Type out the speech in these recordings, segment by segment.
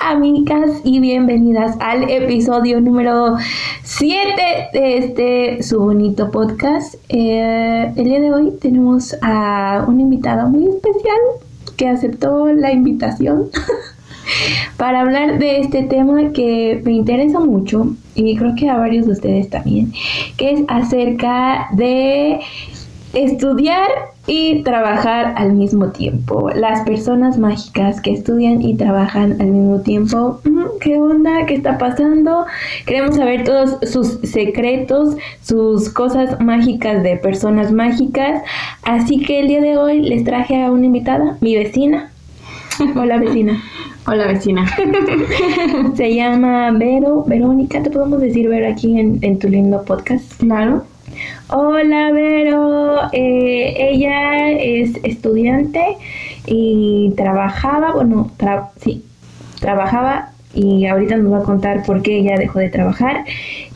amigas y bienvenidas al episodio número 7 de este su bonito podcast. Eh, el día de hoy tenemos a una invitada muy especial que aceptó la invitación para hablar de este tema que me interesa mucho y creo que a varios de ustedes también, que es acerca de estudiar y trabajar al mismo tiempo. Las personas mágicas que estudian y trabajan al mismo tiempo. ¿Qué onda? ¿Qué está pasando? Queremos saber todos sus secretos, sus cosas mágicas de personas mágicas. Así que el día de hoy les traje a una invitada, mi vecina. Hola vecina. Hola vecina. Se llama Vero. Verónica, ¿te podemos decir Vero aquí en, en tu lindo podcast? Claro. Hola Vero, eh, ella es estudiante y trabajaba, bueno, tra sí, trabajaba y ahorita nos va a contar por qué ella dejó de trabajar.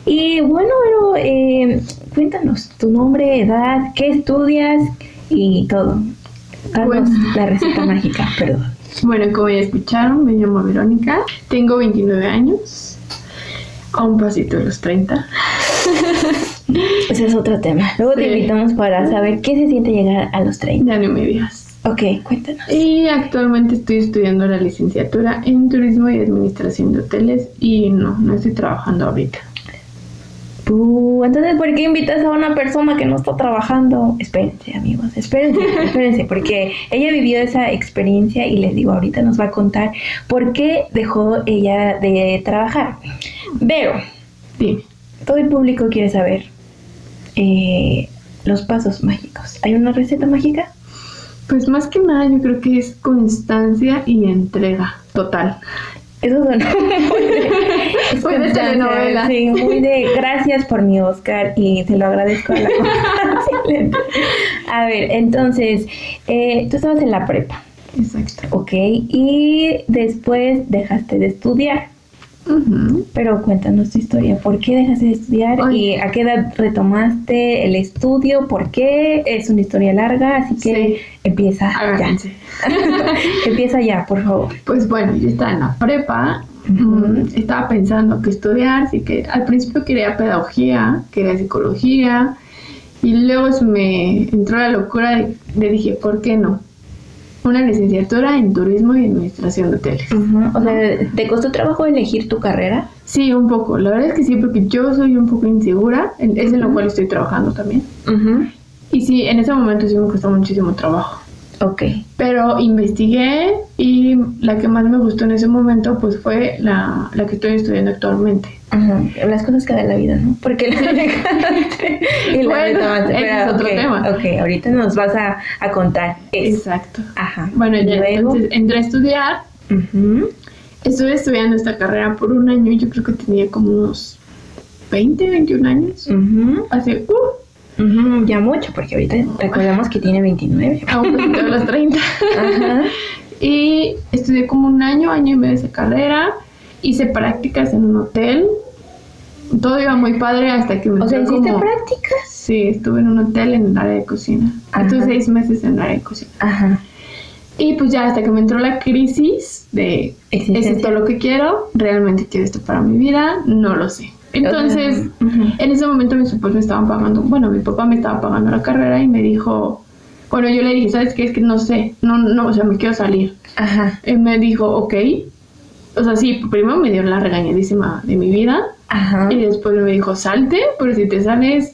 Y bueno, Vero, eh, cuéntanos tu nombre, edad, qué estudias y todo. Danos Bueno. la receta mágica, perdón. Bueno, como ya escucharon, me llamo Verónica, tengo 29 años, a un pasito de los 30. Ese es otro tema. Luego te Sí. invitamos para saber qué se siente llegar a los 30. Ya no me digas. Ok, cuéntanos. Y actualmente estoy estudiando la licenciatura en Turismo y Administración de Hoteles y no, no estoy trabajando ahorita. Tú, entonces, ¿por qué invitas a una persona que no está trabajando? Espérense, amigos, espérense, espérense, porque ella vivió esa experiencia y les digo, ahorita nos va a contar por qué dejó ella de trabajar. Veo, Dime. todo el público quiere saber eh, los pasos mágicos. ¿Hay una receta mágica? Pues más que nada yo creo que es constancia y entrega total. Eso suena muy de, es Muy de constancia, telenovela. Sí, muy de gracias por mi Oscar y te lo agradezco a la constancia. A ver, entonces, eh, tú estabas en la prepa, Exacto. ¿ok? Y después dejaste de estudiar. Ujú. Pero cuéntanos tu historia, ¿por qué dejaste de estudiar y Oye. a qué edad retomaste el estudio? ¿Por qué? Es una historia larga, así que empieza ya. Agárrense. Empieza ya, por favor. Pues bueno, yo estaba en la prepa, mm, estaba pensando que estudiar, así que al principio quería pedagogía, quería psicología, y luego se me entró la locura de, de dije, ¿por qué no? Una licenciatura en turismo y administración de hoteles. Ujú, O sea, ¿te costó trabajo elegir tu carrera? Sí, un poco, la verdad es que sí, porque yo soy un poco insegura, en- es en lo cual estoy trabajando también. Y sí, en ese momento sí me costó muchísimo trabajo. Ok. Pero investigué y la que más me gustó en ese momento pues fue la, la que estoy estudiando actualmente. Ajá, Las cosas que da la vida, ¿no? Porque la dejaste y la Bueno, retomaste. ese Pero, es otro ok, tema. Ok, ahorita nos vas a, a contar eso. Exacto. Ajá. Bueno, y ya luego. entonces entré a estudiar. Ujú. Estuve estudiando esta carrera por un año. Yo creo que tenía como unos 20, 21 años. Ujú, Hace, uh, ujú, Ya mucho, porque ahorita recordemos que tiene 29. a un poquito de los 30. Ajá. Y estudié como un año, año y medio de esa carrera. Hice prácticas en un hotel. Todo iba muy padre hasta que me O sea, entró ¿hiciste Pues como- prácticas? Sí, estuve en un hotel en el área de cocina. Ajá. Estuve seis meses en el área de cocina. Ajá. Y pues ya hasta que me entró la crisis de ¿Es Existencia. esto lo que quiero? ¿Realmente quiero esto para mi vida? No lo sé. Entonces, Ujú. en ese momento mis papás me estaban pagando, bueno, mi papá me estaba pagando la carrera y me dijo, bueno, yo le dije, ¿sabes qué? Es que no sé, no, no, o sea, me quiero salir. Ajá. Él me dijo, ok. O sea, sí, primero me dio la regañadísima de mi vida Ajá. y después me dijo, salte, pero si te sales,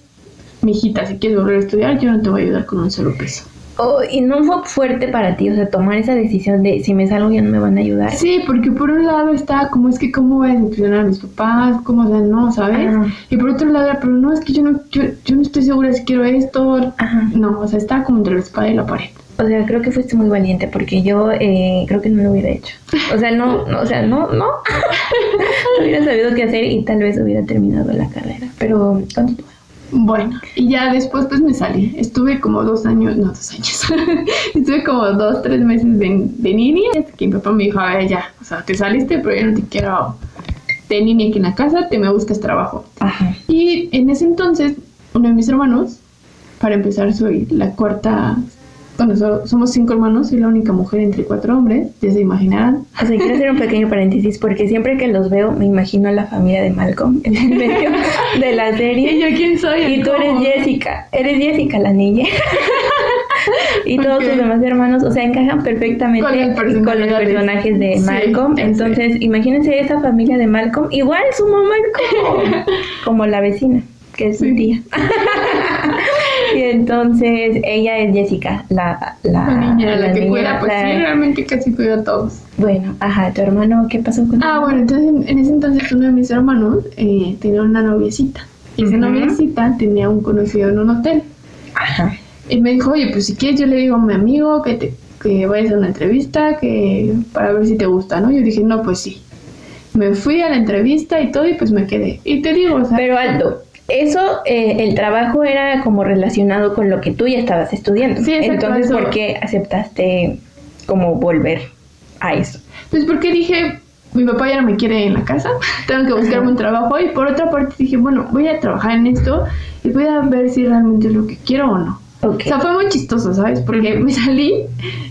mijita, si quieres volver a estudiar, yo no te voy a ayudar con un solo peso. Oh, y no fue fuerte para ti, o sea, tomar esa decisión de si me salgo ya no me van a ayudar. Sí, porque por un lado está como es que cómo voy a decepcionar a mis papás, cómo o sea, no, ¿sabes? Ajá. Y por otro lado, era, pero no, es que yo no, yo, yo no estoy segura si quiero esto. Ajá. No, o sea, está como entre la espada y la pared. O sea, creo que fuiste muy valiente porque yo eh, creo que no lo hubiera hecho. O sea, no, no o sea, no, no. no hubiera sabido qué hacer y tal vez hubiera terminado la carrera. Pero continúa. Bueno, y ya después pues me salí. Estuve como dos años, no dos años, estuve como dos, tres meses de, de nini, hasta que mi papá me dijo, a ver ya, o sea, te saliste, pero yo no te quiero de nini aquí en la casa, te me buscas trabajo. Ajá. Y en ese entonces, uno de mis hermanos, para empezar, soy la cuarta bueno, so- somos cinco hermanos y la única mujer entre cuatro hombres, ya se imaginarán. O sea, quiero hacer un pequeño paréntesis porque siempre que los veo me imagino a la familia de Malcolm en el medio de la ¿Y serie. yo quién soy? Y tú eres ¿Cómo? Jessica, eres Jessica la niña. Y todos Ok. tus demás hermanos, o sea, encajan perfectamente Con las con, los personalidades. personajes de Sí, Malcolm. ya sé. Entonces, imagínense esa familia de Malcolm, igual su mamá como, como la vecina, que es mi Sí. tía. Y entonces ella es Jessica, la, la, La niña, la, que niña, cuida, pues la- sí, realmente casi cuida a todos. Bueno, ajá, tu hermano, ¿qué pasó con Ah, él? bueno, entonces en- en ese entonces uno de mis hermanos eh, tenía una noviecita. Y esa Ujú. noviecita tenía un conocido en un hotel. Ajá. Y me dijo, oye, pues si quieres yo le digo a mi amigo que te que vayas a una entrevista que para ver si te gusta, ¿no? Yo dije, no, pues sí. Me fui a la entrevista y todo y pues me quedé. Y te digo, o sea, Pero alto, eso, eh, el trabajo era como relacionado con lo que tú ya estabas estudiando. Sí, exacto, Entonces, eso. ¿por qué aceptaste como volver a eso? pues porque dije, mi papá ya no me quiere en la casa, tengo que buscarme un trabajo y por otra parte dije, bueno, voy a trabajar en esto y voy a ver si realmente es lo que quiero o no. Ok. O sea, fue muy chistoso, ¿sabes? Porque me salí,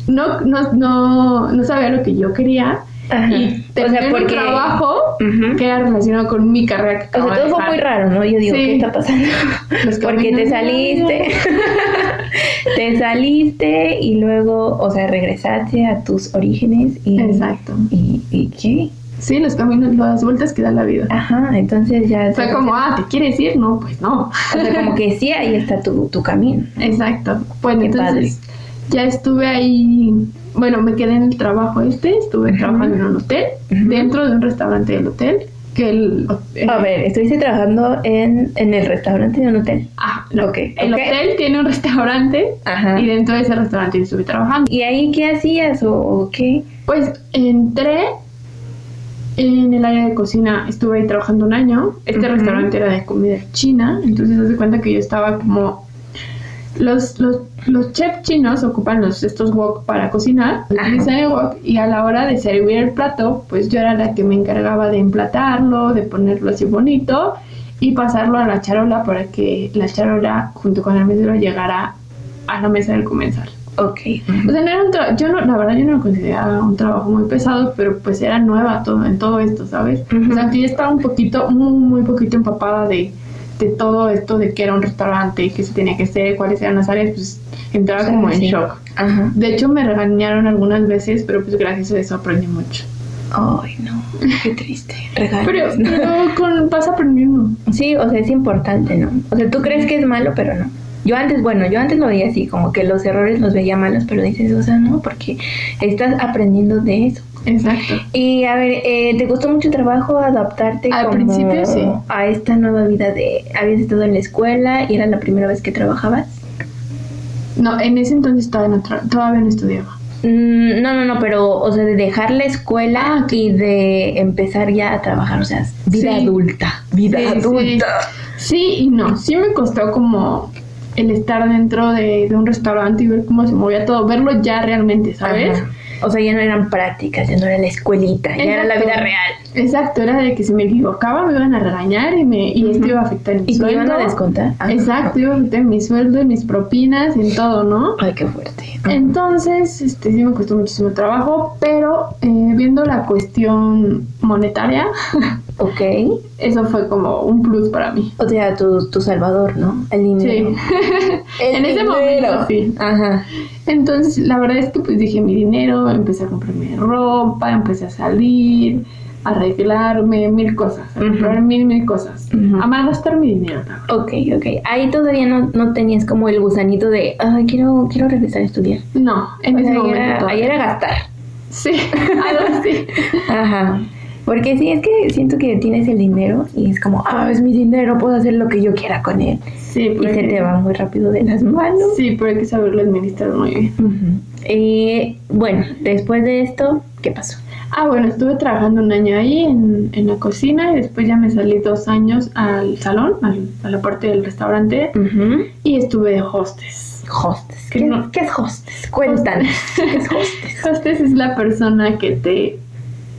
no, no, no, no sabía lo que yo quería Ajá. y O sea, terminé un porque- trabajo Ujú. que era relacionado con mi carrera. Que O sea, acababa de todo fue dejar. muy raro, ¿no? Yo digo, Sí. ¿qué está pasando? Los Porque te caminos. saliste, te saliste y luego, o sea, regresaste a tus orígenes y... Exacto. ¿Y, y qué? Sí, los caminos, las vueltas que da la vida. Ajá, entonces ya... Fue como, ah, ¿te quieres ir? No, pues no. O sea, como que sí, ahí está tu, tu camino. Exacto. Bueno, Qué entonces ya estuve ahí. Bueno, me quedé en el trabajo este. Estuve Ujú. trabajando en un hotel, Ujú. dentro de un restaurante del hotel. Que el. eh, A ver, estuviste trabajando en, en el restaurante de un hotel. Ah, no. ok, El ok. Ah. hotel tiene un restaurante Ajá. y dentro de ese restaurante yo estuve trabajando. ¿Y ahí qué hacías o, o qué? Pues entré en el área de cocina, estuve ahí trabajando un año. Este Ujú. restaurante era de comida china, entonces se cuenta que yo estaba como. Los, los, los chefs chinos ocupan los, estos wok para cocinar, Ajá. utilizan el wok y a la hora de servir el plato, pues yo era la que me encargaba de emplatarlo, de ponerlo así bonito y pasarlo a la charola para que la charola junto con el mesero llegara a la mesa del comensal. Ok. O sea, no era un tra- yo no, la verdad yo no lo consideraba un trabajo muy pesado, pero pues era nueva todo, en todo esto, ¿sabes? Ujú. O sea, que ya estaba un poquito, muy, muy poquito empapada de, de todo esto, de que era un restaurante y qué se tenía que hacer, cuáles eran las áreas, pues entraba Sí, como en sí. shock. Ajá. De hecho, me regañaron algunas veces, pero pues gracias a eso aprendí mucho. Ay, no. Qué triste. Regalos, Pero, ¿no? pero con, vas aprendiendo. Sí, o sea, es importante, ¿no? O sea, tú crees que es malo, pero no. Yo antes, bueno, yo antes lo veía así, como que los errores los veía malos, pero dices, o sea, no, porque estás aprendiendo de eso. Exacto. Y a ver, eh, ¿te costó mucho trabajo adaptarte Al como principio, sí. a esta nueva vida de habías estado en la escuela y era la primera vez que trabajabas? No, en ese entonces todavía no, tra- todavía no estudiaba. Mm, no, no, no, pero, o sea, de dejar la escuela y de empezar ya a trabajar, o sea, vida Sí. adulta, vida Sí, sí. adulta. Sí y no, sí me costó como el estar dentro de, de un restaurante y ver cómo se movía todo, verlo ya realmente, ¿sabes? Ajá. O sea, ya no eran prácticas, ya no era la escuelita, ya era la Exacto. vida real. Exacto, era de que si me equivocaba me iban a regañar y, me, y esto Ujú. iba a afectar mi Y te sueldo. iban a descontar. Ah, Ajá. Exacto, iba a afectar mi sueldo, en mis propinas, en todo, ¿no? Ay, qué fuerte. Entonces, este sí me costó muchísimo trabajo, pero eh, viendo la cuestión monetaria, Ok. eso fue como un plus para mí. O sea, tu, tu salvador, ¿no? El dinero. Sí. En ese momento, sí. Ajá. Entonces, la verdad es que pues dije mi dinero, empecé a comprarme ropa, empecé a salir, a arreglarme, mil cosas, a Ujú. comprar mil, mil cosas. Ujú. A malgastar mi dinero, la verdad. Ok, ok. Ahí todavía no, no tenías como el gusanito de, ay, quiero, quiero regresar a estudiar. No, en O ese sea, ahí momento era- ahí todavía. era gastar. Sí, algo así. Ajá. Porque sí, es que siento que tienes el dinero y es como, ah, es mi dinero, puedo hacer lo que yo quiera con él. Sí, pues, Y se te va muy rápido de las manos. Sí, pero hay que saberlo administrar muy bien. Ujú. Eh, bueno, después de esto, ¿qué pasó? Ah, bueno, estuve trabajando un año ahí en, en la cocina y después ya me salí dos años al salón, al- a la parte del restaurante y estuve de hostes. Hostes. Que ¿Qué, no- qué es hostes? Cuéntanos. ¿Qué es hostes? Hostess es la persona que te...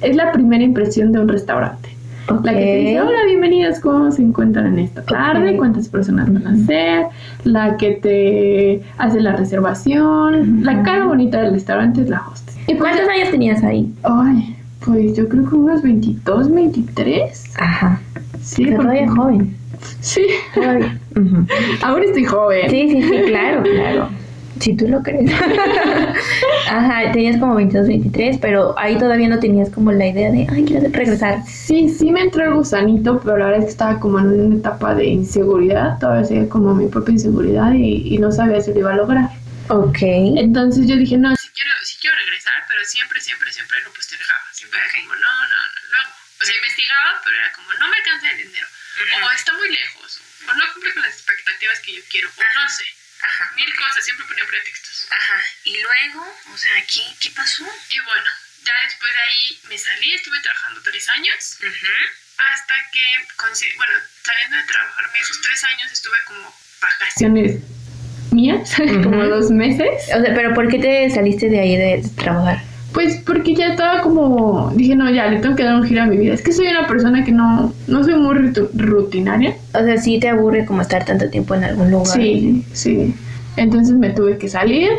Es la primera impresión de un restaurante. La que te dice, Ok. hola, bienvenidas, ¿cómo se encuentran en esta tarde? Ok. ¿Cuántas personas van a ser? La que te hace la reservación. La cara bonita del restaurante es la hostess. Y pues, ¿Cuántos años tenías ahí? Ay, pues yo creo que unos 22, 23. Ajá. Sí, Pero porque- todavía joven. Sí, Todavía. Ujú. ahora estoy joven. Sí, sí, sí, claro, claro. Si tú lo crees. Ajá, tenías como 22, 23, pero ahí todavía no tenías como la idea de, ay, quiero regresar. Sí, sí me entró el gusanito, pero la verdad es que estaba como en una etapa de inseguridad, todavía seguía como mi propia inseguridad y, y no sabía si lo iba a lograr. Ok. Entonces yo dije, no, si quiero, si quiero regresar, pero siempre, siempre, siempre lo postergaba. Siempre dije, como, no, no, no, luego. O sea, investigaba, pero era como, no me alcanza el dinero. O está muy lejos, o no cumple con las expectativas que yo quiero, o no sé. Ajá, Mil cosas, siempre ponía pretextos. ajá. Y luego, o sea, ¿qué, qué pasó? Y bueno, ya después de ahí me salí, estuve trabajando tres años. hasta que, consi- bueno, saliendo de trabajarme esos tres años, estuve como vacaciones mías, como Ujú. dos meses. O sea, pero ¿por qué te saliste de ahí de trabajar? Pues porque ya estaba como, dije, no, ya, le tengo que dar un giro a mi vida. Es que soy una persona que no, no soy muy rutu- rutinaria. O sea, sí te aburre como estar tanto tiempo en algún lugar. Sí, sí. Entonces me tuve que salir.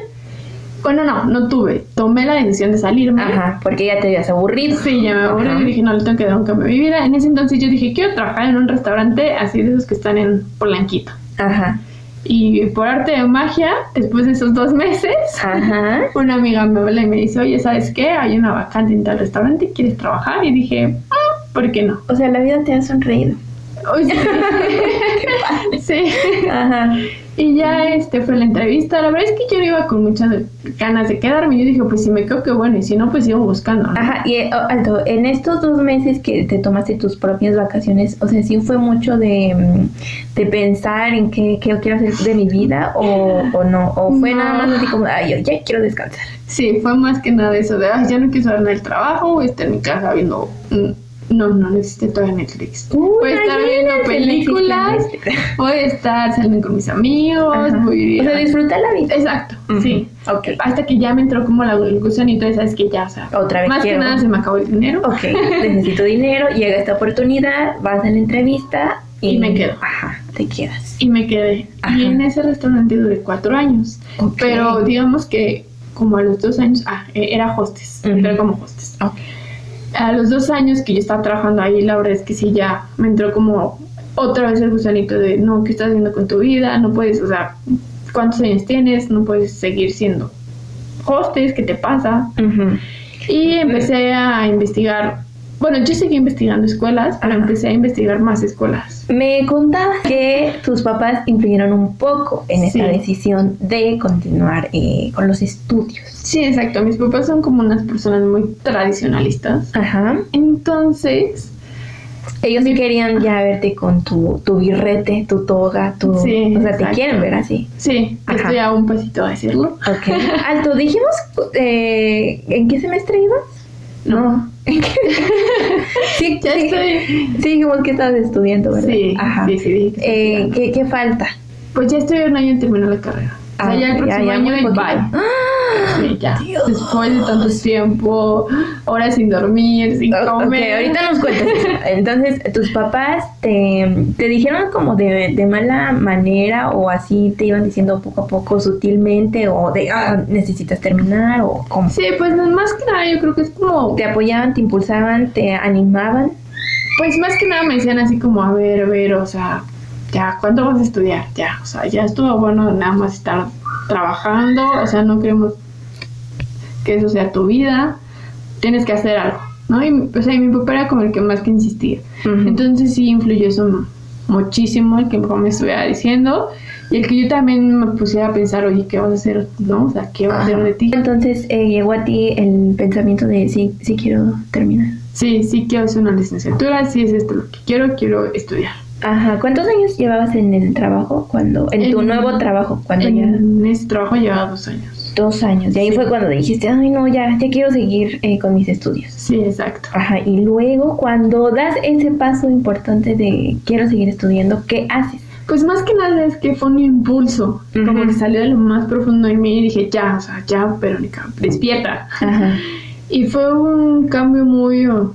Bueno, no, no tuve. Tomé la decisión de salirme. Ajá, porque ya te habías aburrido. Sí, ya me aburrí Ajá. y dije, no, le tengo que dar un cambio a mi vida. En ese entonces yo dije, quiero trabajar en un restaurante así de esos que están en Polanquito. Ajá. Y por arte de magia, después de esos dos meses, Ajá. una amiga me habla y me dice, oye, ¿sabes qué? Hay una vacante en tal restaurante, ¿quieres trabajar? Y dije, "Ah, ¿por qué no? O sea, la vida te ha sonreído. Uy, sí. Sí. Ajá. Y ya este fue la entrevista. La verdad es que yo no iba con muchas ganas de quedarme. Yo dije, pues si me quedo, qué bueno. Y si no, pues sigo buscando. ¿no? Ajá, y eh, oh, Aldo, en estos dos meses que te tomaste tus propias vacaciones, o sea, ¿sí fue mucho de, mm, de pensar en qué, qué quiero hacer de mi vida o, o no? ¿O fue No. nada más así como, ay, yo ya quiero descansar? Sí, fue más que nada eso de, ay, ya no quiero saber nada del trabajo, voy a estar en mi casa viendo... mm, No, no, no existe todavía Netflix. voy a estar viendo películas, voy a estar saliendo con mis amigos, Ajá. voy a ir... O sea, a- disfrutar la vida. Exacto, sí. Ujú, Ok. Hasta que ya me entró como la el gusanito de, sabes que ya, o sea, Otra vez más quiero. que nada se me acabó el dinero. Ok, necesito dinero, llega esta oportunidad, vas a la entrevista y, Y me quedo. Ajá, te quedas. Y me quedé. Ajá. Y en ese restaurante duré cuatro años. Ok. Pero digamos que como a los dos años, ah, eh, era hostes, Ujú. entré como hostes. Ok. A los dos años que yo estaba trabajando ahí, la verdad es que sí, ya me entró como otra vez el gusanito de, no, ¿qué estás haciendo con tu vida? No puedes, o sea, ¿cuántos años tienes? No puedes seguir siendo hostes, ¿qué te pasa? Ujú. Y empecé a investigar. Bueno, yo seguí investigando escuelas, pero Ajá. empecé a investigar más escuelas. Me contabas que tus papás influyeron un poco en esta Sí. decisión de continuar eh, con los estudios. Sí, exacto. Mis papás son como unas personas muy tradicionalistas. Ajá. Entonces, Ellos sí querían ya verte con tu, tu birrete, tu toga, tu... Sí, o sea, te exacto. quieren ver así. sí, Ajá. estoy a un pasito de decirlo. Ok. Alto, dijimos eh, en qué semestre ibas. No. ¿En qué? sí, Ya sí, estoy. sí, dijimos que estabas estudiando, ¿verdad? Sí, Ajá. sí, sí, dije que estoy Eh, estudiando. ¿qué, qué falta? Pues ya estoy a un año en terminar la carrera. O sea, Ah, ya el próximo muy año y poquito. bye. ¡Ah! Sí, ya. Dios. Después de tanto tiempo, horas sin dormir, sin O- comer. ok, ahorita nos cuentas. eso. Entonces, tus papás te, te dijeron como de, de mala manera o así te iban diciendo poco a poco, sutilmente, o de "Ah, necesitas terminar o cómo. Sí, pues más que nada yo creo que es como Te apoyaban, te impulsaban, te animaban. Pues más que nada me decían así como, a ver, a ver, o sea, ya, ¿cuánto vas a estudiar? Ya, o sea, ya estuvo bueno nada más estar trabajando, o sea, no queremos que eso sea tu vida, tienes que hacer algo, ¿no? Y, o sea, y mi papá era como el que más que insistía. Entonces, Entonces sí influyó eso mu- muchísimo, el que mi papá me estuviera diciendo y el que yo también me pusiera a pensar, oye, ¿qué vas a hacer? ¿No? O sea, ¿qué va a hacer de ti? Entonces eh, llegó a ti el pensamiento de sí, sí quiero terminar. Sí, sí quiero hacer una licenciatura, sí es esto lo que quiero, quiero estudiar. Ajá, ¿cuántos años llevabas en el trabajo cuando, en tu En- nuevo trabajo, cuando ya? En ese trabajo llevaba dos años. Dos años. Y ahí Sí. fue cuando dijiste, ay no, ya, ya quiero seguir eh, con mis estudios. Sí, exacto. Ajá, y luego cuando das ese paso importante de quiero seguir estudiando, ¿qué haces? Pues más que nada es que fue un impulso, como Ujú. que salió de lo más profundo de mí y dije, ya, o sea, ya, Verónica, despierta. Ajá. Y fue un cambio muy, oh,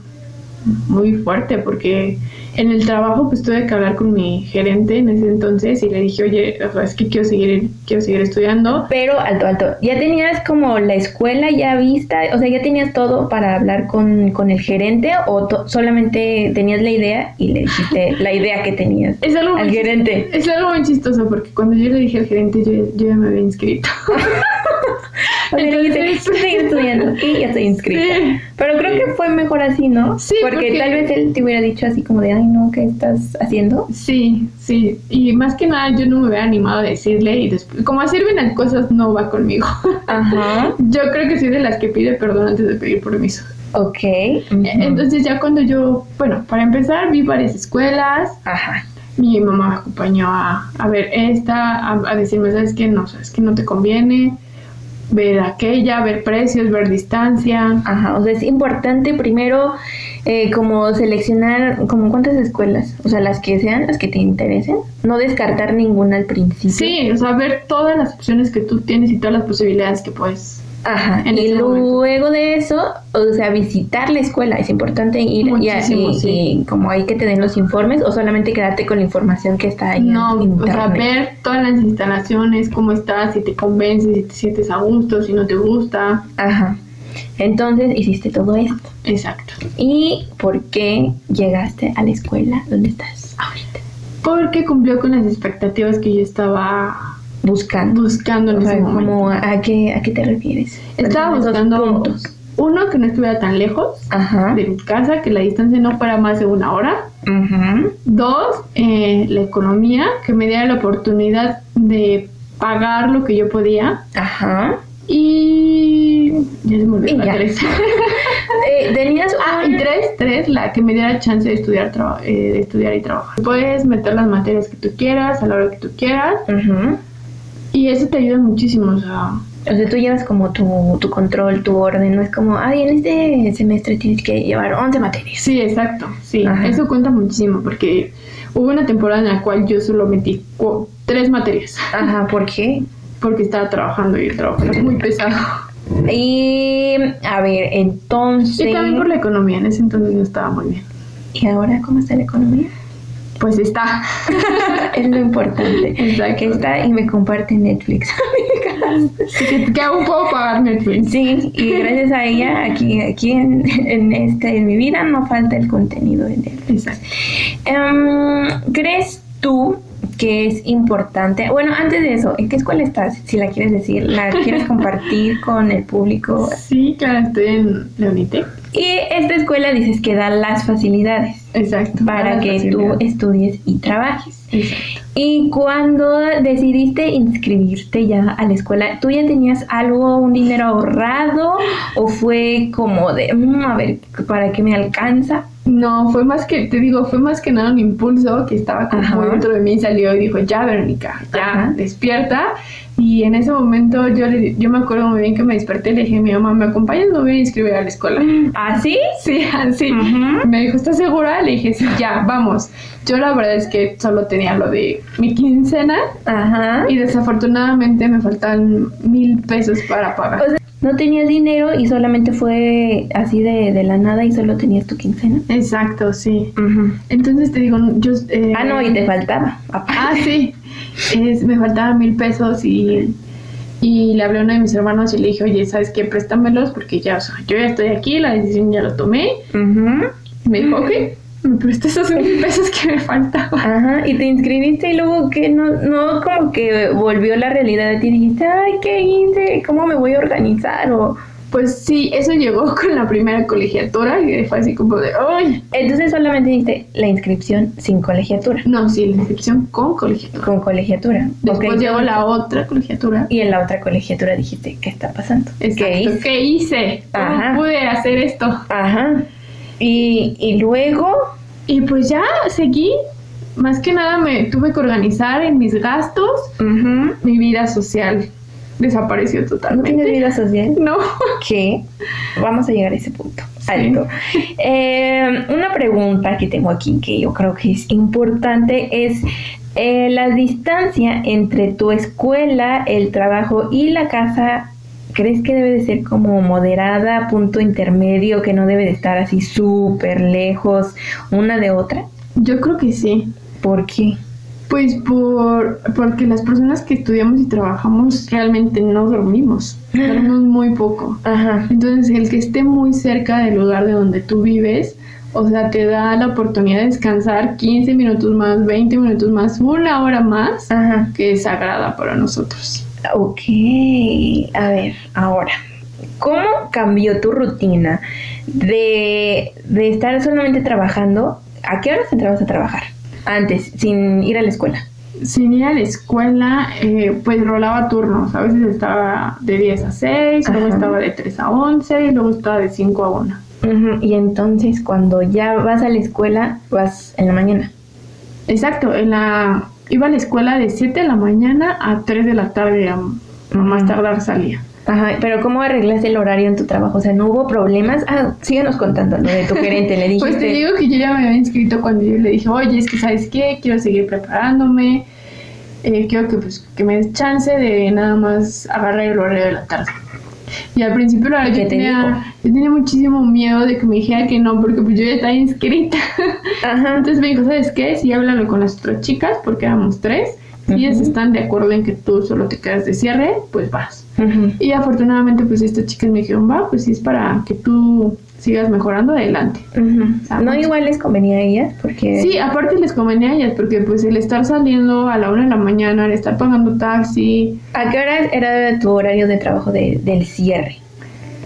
muy fuerte porque en el trabajo pues tuve que hablar con mi gerente en ese entonces y le dije, oye, o sea, es que quiero seguir, quiero seguir estudiando. Pero alto, alto, ya tenías como la escuela ya vista, o sea, ya tenías todo para hablar con, con el gerente o to- solamente tenías la idea y le dijiste la idea que tenías Es algo, al muy gerente. es algo muy chistoso porque cuando yo le dije al gerente yo, yo ya me había inscrito. O sea, le dijiste, Entonces- "Tú sigue estudiando y ya estoy inscrita. Sí. Pero creo que fue mejor así, ¿no? Sí, porque, porque- tal vez él te hubiera dicho así como de, ay, no, ¿qué estás haciendo? Sí, sí. Y más que nada yo no me hubiera animado a decirle y después, como hacer bien las cosas no va conmigo. Ajá. Yo creo que soy de las que pide perdón antes de pedir permiso. Ok. Entonces ya cuando yo, bueno, para empezar vi varias escuelas, Ajá. mi mamá me acompañó a, a ver esta, a, a decirme, ¿sabes qué? No, ¿sabes qué? No te conviene ver aquella, ver precios, ver distancia. Ajá, o sea, es importante primero eh, como seleccionar como cuántas escuelas, o sea, las que sean, las que te interesen, no descartar ninguna al principio. Sí, o sea, ver todas las opciones que tú tienes y todas las posibilidades que puedes. Ajá, En y ese luego momento. de eso, o sea, visitar la escuela, es importante ir y, Muchísimo, y- sí. y como hay que te den los informes o solamente quedarte con la información que está ahí No, en o sea, internet. ver todas las instalaciones, cómo estás, si te convences, si te sientes a gusto, si no te gusta. Ajá. Entonces hiciste todo esto. Exacto. ¿Y por qué llegaste a la escuela donde estás ahorita? Porque cumplió con las expectativas que yo estaba Buscando. buscando en O sea, ese momento. como a qué, a qué te refieres. Estaba ¿Cuáles son esos buscando puntos? uno que no estuviera tan lejos Ajá. de mi casa, que la distancia no fuera más de una hora. Ujú. Dos, eh, la economía, que me diera la oportunidad de pagar lo que yo podía. Ajá. Y ya se me olvidó Y la ya. tres. Eh, tenías ah, un- y tres, tres, la que me diera chance de estudiar, traba- eh, de estudiar y trabajar. Puedes meter las materias que tú quieras, a la hora que tú quieras. Ujú. Y eso te ayuda muchísimo, o sea, O sea, tú llevas como tu, tu control, tu orden, no es como, ay, en este semestre tienes que llevar 11 materias. Sí, exacto, sí. Ajá. Eso cuenta muchísimo porque hubo una temporada en la cual yo solo metí cu- tres materias Ajá, ¿por qué? porque estaba trabajando y el trabajo era muy pesado. Y, a ver, entonces... Y también por la economía, en ese entonces no estaba muy bien. ¿Y ahora cómo está la economía? Pues está. es lo importante. Exacto. Que está y me comparte Netflix. Así que, ¿Qué aún puedo pagar Netflix? sí, y gracias a ella, aquí, aquí en, en este, en mi vida no falta el contenido de Netflix. Exacto. Em, ¿Crees tú que es importante? Bueno, antes de eso, ¿en qué escuela estás? Si la quieres decir, la quieres compartir con el público. Sí, claro, estoy en la Unitec. Y esta escuela dices que da las facilidades Exacto. para Ah, que tú facilidad. estudies y trabajes. Exacto. Y cuando decidiste inscribirte ya a la escuela, ¿tú ya tenías algo, un dinero ahorrado o fue como de, "Mm, a ver, ¿para qué me alcanza? No, fue más que, te digo, fue más que nada un impulso que estaba como Ajá. muy dentro de mí y salió y dijo, ya Verónica, ya, Ajá. despierta. Y en ese momento yo, le- yo me acuerdo muy bien que me desperté y le dije, mi mamá, ¿me acompañas? Me voy a inscribir a la escuela. ¿Así? Sí, así. Ujú. Me dijo, ¿estás segura? Le dije, sí, ya, vamos. Yo la verdad es que solo tenía lo de mi quincena Ajá. y desafortunadamente me faltan mil pesos para pagar. O sea, no tenías dinero y solamente fue así de, de la nada y solo tenías tu quincena. Exacto, sí. Entonces te digo, yo... eh, Ah, no, y te faltaba. aparte. Ah, sí. Es- me faltaban mil pesos y, y le hablé a uno de mis hermanos y le dije, oye, ¿sabes qué? Préstamelos porque ya, o sea, yo ya estoy aquí, la decisión ya la tomé. Ujú. Me dijo, ok, me presté esos mil pesos que me faltaban. Ajá, y te inscribiste y luego que no, no como que volvió la realidad de ti y dijiste, ay, ¿qué hice? ¿Cómo me voy a organizar? O... Pues sí, eso llegó con la primera colegiatura y fue así como de, ay, Entonces solamente diste la inscripción sin colegiatura, no, sí, la inscripción con colegiatura. con colegiatura. Después Ok, llegó la otra colegiatura. Y en la otra colegiatura dijiste, ¿qué está pasando? ¿Qué Exacto, hice? ¿Qué hice? ¿Cómo Ajá. pude hacer esto? Ajá. Y, y luego, Y pues ya seguí. Más que nada me tuve que organizar en mis gastos ujú, mi vida social desapareció ¿no tienes totalmente. vida social? No. que vamos a llegar a ese punto. Sí. Alto. Eh, una pregunta que tengo aquí que yo creo que es importante es eh, la distancia entre tu escuela, el trabajo y la casa. ¿Crees que debe de ser como moderada, punto intermedio, que no debe de estar así súper lejos una de otra? Yo creo que sí. ¿Por qué? Pues por, porque las personas que estudiamos y trabajamos realmente no dormimos, dormimos muy poco. Ajá. Entonces el que esté muy cerca del lugar de donde tú vives, o sea, te da la oportunidad de descansar 15 minutos más, 20 minutos más, una hora más, Ajá. que es sagrada para nosotros. Ok. A ver, ahora. ¿Cómo cambió tu rutina de, de estar solamente trabajando? ¿A qué horas entrabas a trabajar? Antes, sin ir a la escuela. Sin ir a la escuela, eh, pues rolaba turnos. A veces estaba de 10 a 6, luego Ajá. estaba de 3 a 11 y luego estaba de 5 a 1. Ujú, Y entonces cuando ya vas a la escuela, vas en la mañana. Exacto, en la, iba a la escuela de 7 de la mañana a 3 de la tarde, a, a más tardar salía. Ajá, pero ¿cómo arreglas el horario en tu trabajo? O sea, ¿no hubo problemas? Ah, síguenos contando lo de tu gerente, le dijiste. Pues te digo que yo ya me había inscrito cuando yo le dije, oye, es que sabes qué, quiero seguir preparándome, eh, quiero que, pues, que me des chance de nada más agarrar el horario de la tarde. Y al principio la ¿Y verdad qué yo te dijo? tenía, yo tenía muchísimo miedo de que me dijera que no, porque pues yo ya estaba inscrita. Ajá. Entonces me dijo, ¿sabes qué? Si háblalo con las otras chicas, porque éramos tres, si ellas Ujú. están de acuerdo en que tú solo te quedas de cierre, pues vas. Ujú. Y afortunadamente pues estas chicas me dijeron, va, pues si es para que tú sigas mejorando, adelante. Ujú. No igual les convenía a ellas porque... Sí, aparte les convenía a ellas, porque pues el estar saliendo a la una de la mañana, el estar pagando taxi ¿A qué horas era tu horario de trabajo de- del cierre?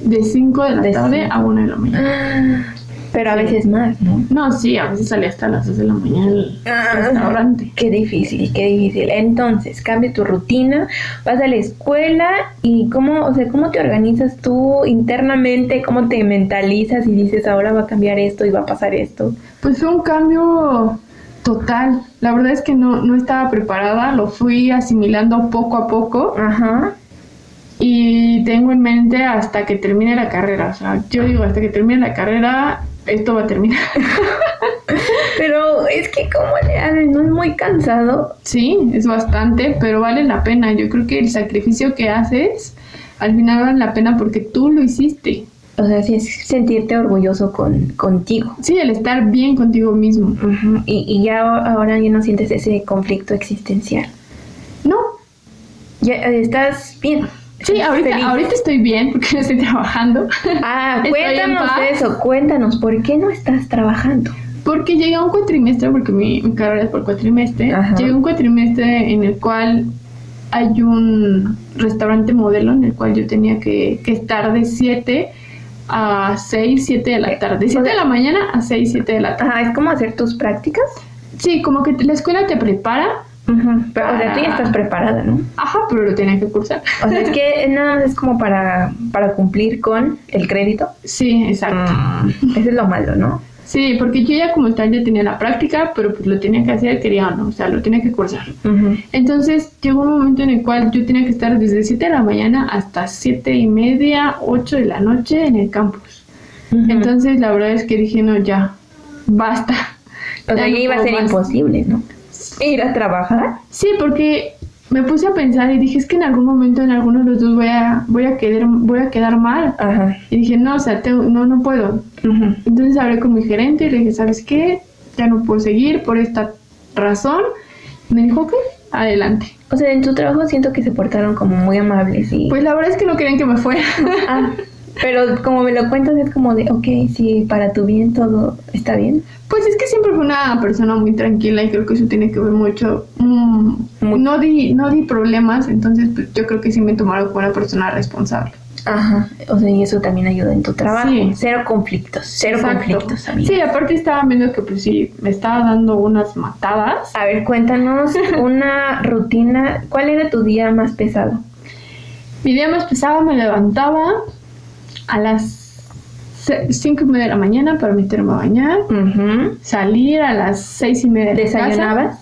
de 5 de la De tarde cinco. a una de la mañana. Pero a Sí. veces más, ¿no? No, sí, a veces salía hasta las 2 de la mañana al Ah. restaurante. Qué difícil, qué difícil. Entonces, cambia tu rutina, vas a la escuela y cómo, o sea, cómo te organizas tú internamente, cómo te mentalizas y dices, ahora va a cambiar esto y va a pasar esto. Pues fue un cambio total. La verdad es que no, no estaba preparada, lo fui asimilando poco a poco Ajá. y tengo en mente hasta que termine la carrera. O sea, yo digo, hasta que termine la carrera, esto va a terminar. Pero es que cómo le hacen, no es muy cansado. Sí, es bastante, pero vale la pena. Yo creo que el sacrificio que haces al final vale la pena porque tú lo hiciste. O sea, sí es sentirte orgulloso con, contigo. Sí, el estar bien contigo mismo. Ujú, Y, y ya a- ahora ya no sientes ese conflicto existencial. No, Ya eh, estás bien. sí, Estás feliz. ahorita, ahorita estoy bien porque no estoy trabajando. Ah, estoy en cuéntanos paz. eso, cuéntanos, ¿por qué no estás trabajando? Porque llegué a un cuatrimestre, porque mi, mi carrera es por cuatrimestre, Ajá. llegué a un cuatrimestre en el cual hay un restaurante modelo en el cual yo tenía que, que estar de 7 a 6, 7 de la tarde. 7 de la mañana a 6, 7 de la tarde. Ajá, Ah, es como hacer tus prácticas. Sí, como que la escuela te prepara, Pero, o sea, tú ya Para- estás preparada, ¿no? ajá, pero lo tenía que cursar. O sea, es que nada más es como para, para cumplir con el crédito. Sí, exacto. Mm, Eso es lo malo, ¿no? Sí, porque yo ya como tal ya tenía la práctica, pero pues lo tenía que hacer, quería o no, o sea, lo tenía que cursar. Ujú. Entonces llegó un momento en el cual yo tenía que estar desde 7 de la mañana hasta 7 y media, 8 de la noche en el campus. Ujú. Entonces la verdad es que dije, no, ya, basta. o sea, Ya ya no iba a puedo ser más. imposible, ¿no? Ir a trabajar. Sí, porque me puse a pensar y dije, es que en algún momento en alguno de los dos voy a, voy a, quedar, voy a quedar mal. Ajá. Y dije, no, o sea, tengo- no, no puedo, Ujú. Entonces hablé con mi gerente y le dije, ¿sabes qué? Ya no puedo seguir por esta razón. Me dijo, ok, adelante. O sea, en tu trabajo siento que se portaron como muy amables y... Pues la verdad es que no querían que me fuera. Ah, pero como me lo cuentas es como de, ok, sí, para tu bien todo está bien. Pues es que siempre fue una persona muy tranquila y creo que eso tiene que ver mucho. mm, Muy- No, di, no di problemas, entonces pues, yo creo que sí me tomaron como una persona responsable. Ajá. O sea, y eso también ayuda en tu trabajo. Sí. Cero conflictos, cero Exacto. conflictos, amiga. Sí, aparte estaba viendo que pues sí, me estaba dando unas matadas. A ver, cuéntanos una rutina. ¿Cuál era tu día más pesado? Mi día más pesado me levantaba a las ce- cinco y media de la mañana para meterme a bañar. salir a las seis y media de la casa. ¿Desayunabas?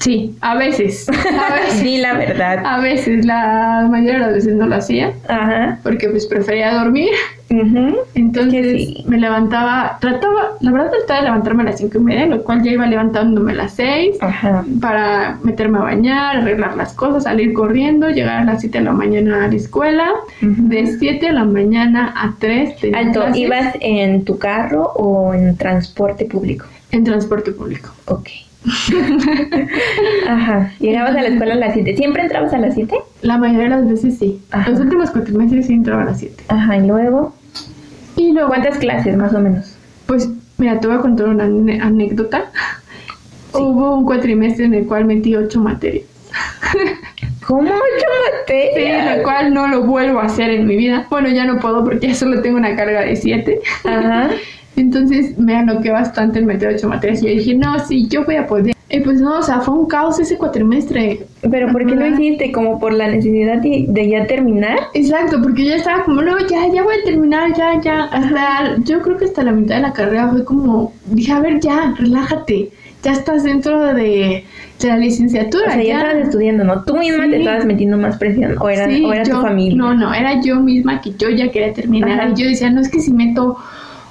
Sí, a veces. A veces, Di la verdad. a veces, la mayoría de las veces no lo hacía Ajá. porque pues prefería dormir. ujú. Entonces Que sí. me levantaba, trataba, la verdad trataba de levantarme a las cinco y media, lo cual ya iba levantándome a las seis Ajá. para meterme a bañar, arreglar las cosas, salir corriendo, llegar a las 7 de la mañana a la escuela. Ujú. De 7 de la mañana a 3 tenía Alto, clases ¿ibas en tu carro o en transporte público? en transporte público. Ok. Ajá. Llegabas a la escuela a las 7. ¿Siempre entrabas a las 7? La mayoría de las veces sí. Ajá. Los últimos cuatrimestres sí entraba a las 7. Ajá. ¿Y luego? Y luego, ¿Cuántas clases más o menos? pues, mira, te voy a contar una ane- anécdota. Hubo un cuatrimestre en el cual metí 8 materias. ¿Cómo ocho Sí, materias? lo cual no lo vuelvo a hacer en mi vida. Bueno, ya no puedo porque ya solo tengo una carga de 7. Ajá. Entonces me aloqué bastante en meter ocho materias y yo dije, no, sí, yo voy a poder. Y pues no, o sea, fue un caos ese cuatrimestre. ¿Pero por qué lo Ajá. hiciste? ¿Como por la necesidad de, de ya terminar? Exacto, porque yo estaba como, no, ya, ya voy a terminar, ya, ya. Hasta, yo creo que hasta la mitad de la carrera fue como, dije, a ver, ya, relájate. Ya estás dentro de, de la licenciatura. O sea, ya estabas estudiando, ¿no? Tú misma te Sí. estabas metiendo más presión. ¿O era, Sí, o era tu yo- familia? No, no, era yo misma que yo ya quería terminar. Ajá. Y yo decía, no es que si meto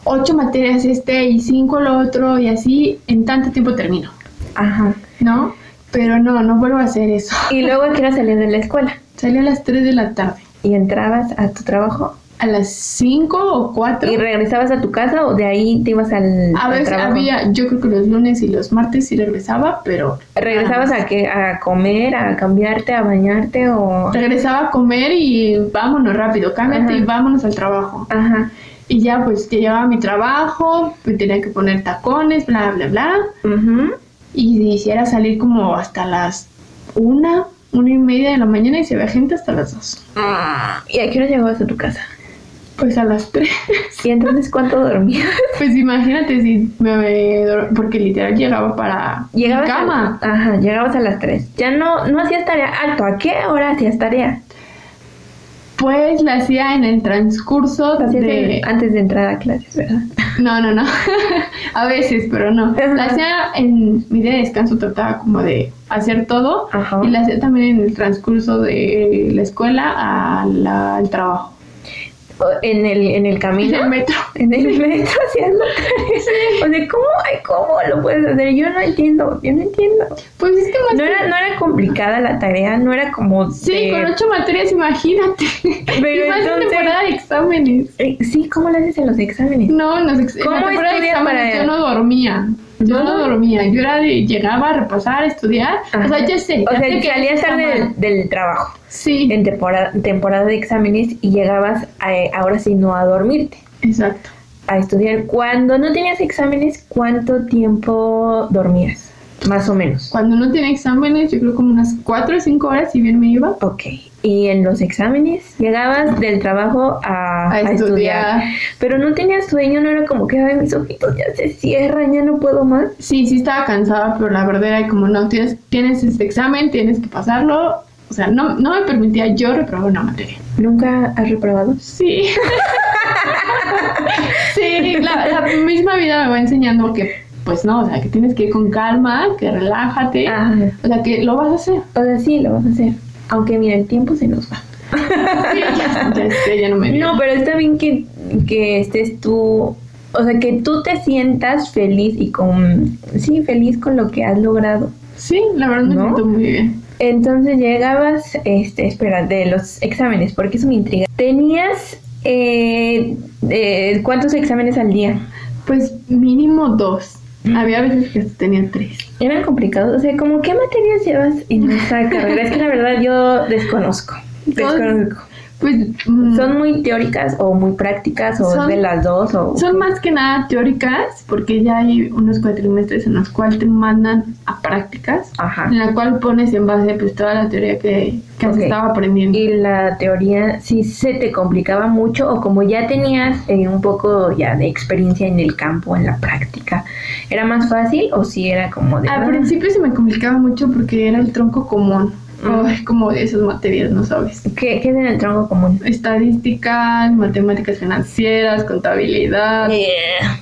ocho materias este y cinco lo otro y así, en tanto tiempo termino. Ajá. ¿no? Pero no, no vuelvo a hacer eso. Y luego a qué hora salías de la escuela. Salí a las 3 de la tarde. Y entrabas a tu trabajo. A las 5 o 4. ¿Y regresabas a tu casa o de ahí te ibas al, A al veces trabajo? había, yo creo que los lunes y los martes sí regresaba, pero ¿Regresabas a, que, a comer, a cambiarte, a bañarte o...? regresaba a comer y vámonos rápido, cámbiate Ajá. y vámonos al trabajo. Ajá. Y ya pues que llegaba a mi trabajo, me tenía que poner tacones, bla, bla, bla. Ujú. Y hiciera salir como hasta las 1, 1 y media de la mañana y se veía gente hasta las 2. Ah. ¿Y a qué hora llegabas a tu casa? Pues a las 3. ¿Y entonces cuánto dormías? Pues imagínate si me, me- porque literal llegaba para mi Llegabas cama. A, ajá, llegabas a las 3. Ya no, no hacías tarea. Alto, ¿a qué hora hacías tarea? Pues la hacía en el transcurso Hacías de en- antes de entrar a clases, ¿verdad? no, no, no. a veces, pero no. La hacía en mi día de descanso trataba como de hacer todo Ajá. y la hacía también en el transcurso de la escuela a la- al trabajo. O En el, en el En camino. el metro. En el metro haciendo tarea. O sea, ¿cómo, ay, ¿cómo lo puedes hacer? Yo no entiendo, yo no entiendo. Pues es que más No que- era, no era complicada la tarea, no era como... Sí, de- con ocho materias, imagínate. Pero y más en entonces- temporada de exámenes. Eh, Sí, ¿cómo lo haces en los exámenes? No, en los ex- en ¿Cómo la temporada de estudias exámenes para- yo no dormía. Yo no dormía. Yo era de llegaba a repasar, estudiar. Ajá. O sea, yo sé. O ya sé sea, que salías está tarde mal. del, del trabajo Sí, en temporada, temporada de exámenes y llegabas a- ahora sí no a dormirte, exacto. a estudiar. Cuando no tenías exámenes, ¿cuánto tiempo dormías? Más o menos. Cuando no tenía exámenes, yo creo como unas 4 o 5 horas, si bien me iba Ok. Y en los exámenes llegabas del trabajo a, a, a estudiar. Pero no tenías sueño, no era como que ay, mis ojitos ya se cierran, ya no puedo más. Sí, sí estaba cansada, pero la verdad era como, no, tienes, tienes este examen, tienes que pasarlo. O sea, no, no me permitía yo reprobar una materia. ¿Nunca has reprobado? Sí. sí, la, la misma vida me va enseñando que, pues no, o sea, que tienes que ir con calma, que relájate. Ajá. O sea, que lo vas a hacer. O sea, sí, lo vas a hacer. Aunque mira, el tiempo se nos va. Sí, ya, ya sé, ya no me dio. No, pero está bien que, que estés tú, o sea, que tú te sientas feliz y con, sí, feliz con lo que has logrado. Sí, la verdad me ¿No? siento muy bien. Entonces llegabas, este, espera, de los exámenes, porque eso me intriga. ¿Tenías eh, eh, cuántos exámenes al día? Pues mínimo dos. Mm. Había veces que hasta tenía tres. Eran complicados, o sea, como qué materias llevas en esa carrera? Es que la verdad yo desconozco. Desconozco. Pues mm, Son muy teóricas o muy prácticas o Son- de las dos o son más que nada teóricas, porque ya hay unos cuatrimestres en los cuales te mandan a prácticas, ajá. en la cual pones en base pues toda la teoría que, que has Ok. estado aprendiendo. Y la teoría sí se te complicaba mucho o como ya tenías eh, un poco ya de experiencia en el campo, en la práctica, ¿era más fácil o si era como de... Al "Ah"? principio se me complicaba mucho porque era el tronco común. Mm. Ay, como de esas materias, no sabes. ¿Qué, qué es en el tronco común? Estadísticas, matemáticas financieras, contabilidad. Yeah.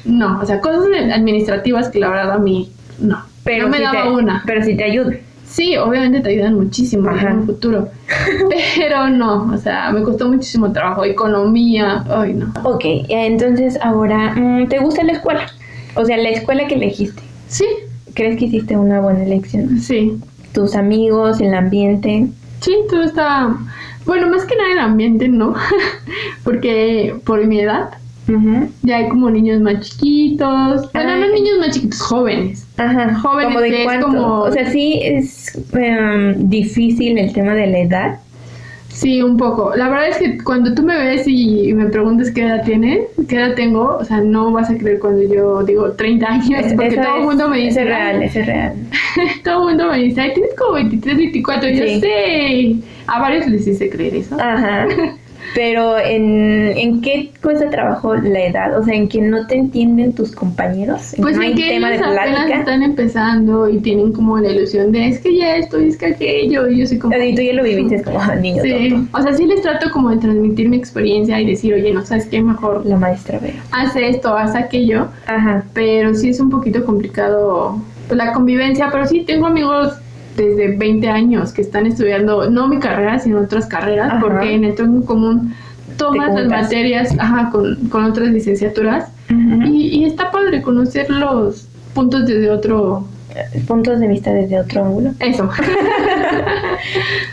No, o sea, cosas administrativas que la verdad a mí no. Pero No me sí daba te, una. Pero sí te ayuda. Sí, obviamente te ayudan muchísimo Ajá. en un futuro. Pero no, o sea, me costó muchísimo trabajo. Economía, ay no. Ok, entonces ahora, mm, ¿te gusta la escuela? O sea, la escuela que elegiste. Sí, ¿Crees que hiciste una buena elección? sí. Tus amigos, el ambiente. Sí, todo está. Bueno, más que nada el ambiente, ¿no? Porque por mi edad ya hay como niños más chiquitos. Bueno, Ay. no niños más chiquitos, jóvenes. Ajá. Jóvenes ¿Como que de es cuánto? como- O sea, sí es em, difícil el tema de la edad. Sí, un poco. La verdad es que cuando tú me ves y, y me preguntas qué edad tienes, qué edad tengo, o sea, no vas a creer cuando yo digo 30 años, Es- porque eso todo el es- mundo me eso dice. es real, eso es real. Todo el mundo me dice, ay, tienes como 23, 24. Yo Sí. Ah, sé. A varios les hice creer eso. Ajá. Pero ¿en, ¿en qué cuesta trabajo la edad? O sea, ¿en que no te entienden tus compañeros? ¿En Pues que no en hay que tema de ellos apenas plática? están empezando y tienen como la ilusión de es que ya esto, es que aquello, y yo soy como... Y tú ya lo viviste es como "Ah, niño Sí, tonto. o sea, sí les trato como de transmitir mi experiencia y decir, oye, no sabes qué, mejor La maestra veo. haz esto, haz aquello, Ajá. pero sí es un poquito complicado pues, la convivencia, pero sí tengo amigos desde 20 años que están estudiando, no mi carrera, sino otras carreras, Ajá. porque en el tronco común tomas las juntas. materias ajá, con, con otras licenciaturas y, y está padre conocer los puntos desde otro... Puntos de vista desde otro ángulo. Eso.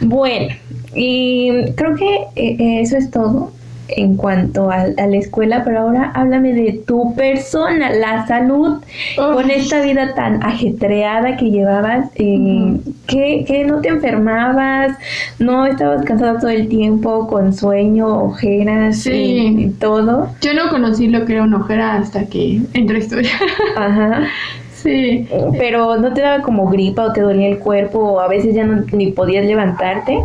Bueno, y creo que eh, eh, eso es todo en cuanto a, a la escuela, pero ahora háblame de tu persona, la salud, con esta vida tan ajetreada que llevabas, eh, Ujú. ¿qué, qué no te enfermabas? ¿No estabas cansada todo el tiempo con sueño, ojeras Sí. y, y todo? Yo no conocí lo que era una ojera hasta que entré a estudiar. Ajá. sí. Pero no te daba como gripa o te dolía el cuerpo o a veces ya no, ni podías levantarte.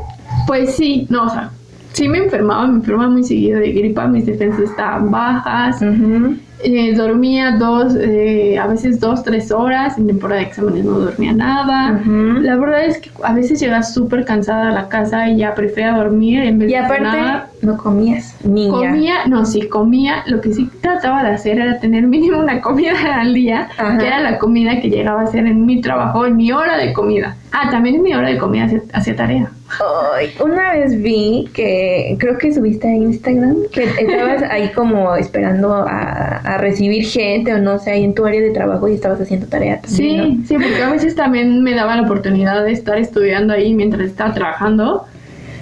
Pues sí, no, o sea, sí me enfermaba, me enfermaba muy seguido de gripa, mis defensas estaban bajas, eh, dormía dos, eh, a veces dos, tres horas, en temporada de exámenes no dormía nada. Ujú. La verdad es que a veces llegas súper cansada a la casa y ya prefería dormir en vez Y de hacer aparte, nada. no comías. Niña. Comía, no, sí, comía. Lo que sí trataba de hacer era tener mínimo una comida al día, Ajá. que era la comida que llegaba a hacer en mi trabajo, en mi hora de comida. Ah, también en mi hora de comida hacía- hacía tarea. Ay, una vez vi que creo que subiste a Instagram que estabas ahí como esperando a, a recibir gente o no sé, ahí en tu área de trabajo y estabas haciendo tarea Sí, también. sí, porque a veces también me daba la oportunidad de estar estudiando ahí mientras estaba trabajando,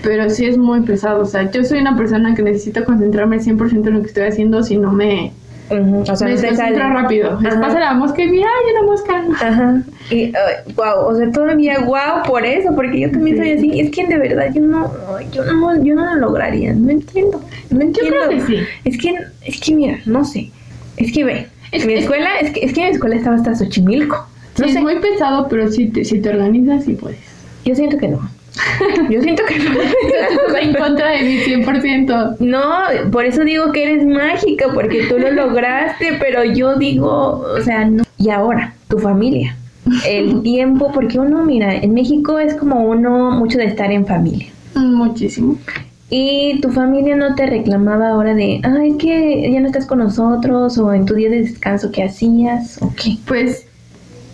pero sí es muy pesado. O sea, yo soy una persona que necesito concentrarme 100% en lo que estoy haciendo, si no me, ¿no? Ujú, O sea, me no te sale. desconcentro rápido. Les Ajá. pasa la mosca y mira, hay una mosca. Ajá. Y wow, o sea, todavía wow por eso, porque yo también soy así. Es que de verdad yo no, yo no, yo no lo lograría. No entiendo. No Yo entiendo. creo que sí. Es que, es que mira, no sé. Es que ve, Es- mi es- escuela, es que, es que mi escuela estaba hasta Xochimilco. Sí, No es sé. muy pesado, pero si te, si te organizas, sí puedes. Yo siento que no. Yo siento que no. Estás en contra de mi 100%. No, por eso digo que eres mágica, porque tú lo lograste, pero yo digo, o sea, no. Y ahora, tu familia, el tiempo, porque uno, mira, en México es como uno mucho de estar en familia. Muchísimo. Y tu familia no te reclamaba ahora de, ay, es que ya no estás con nosotros, o en tu día de descanso, ¿qué hacías? ¿O qué? Pues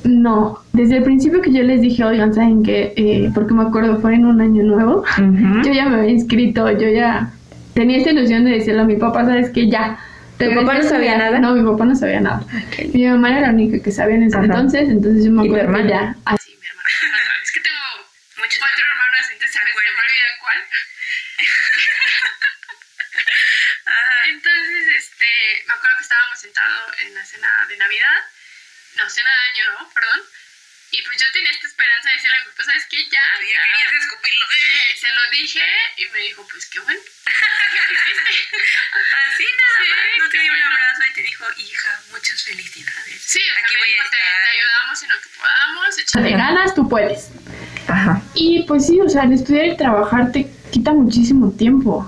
no. Desde el principio que yo les dije, oigan, ¿saben qué? Eh, porque me acuerdo, fue en un año nuevo. Yo ya me había inscrito, yo ya tenía esta ilusión de decirle a mi papá, sabes que ya. ¿Tu regresé papá no a estudiar". sabía nada? No, mi papá no sabía nada. Mi mamá era la única que sabía en ese Ajá. entonces, entonces yo me ¿Y tu acuerdo que hermana? ya. ah, Sí, mi hermana. es que tengo muchos cuatro hermanas, entonces a veces se me olvida cuál. Entonces, este, me acuerdo que estábamos sentados en la cena de Navidad, no, cena de Año Nuevo, perdón. Y pues yo tenía esta esperanza de decirle a mi papá, ¿sabes qué? Ya. Ya querías escupirlo. Sí, Eh, se lo dije y me dijo, pues qué bueno. Así nada Sí, más. No te qué dio un bueno. abrazo y te dijo, hija, muchas felicidades. Sí, o sea, Aquí me voy a dijo, te, te estar. ayudamos en lo que podamos, échale Te Ajá. ganas, tú puedes. Ajá. Y pues sí, o sea, el estudiar y trabajar te quita muchísimo tiempo.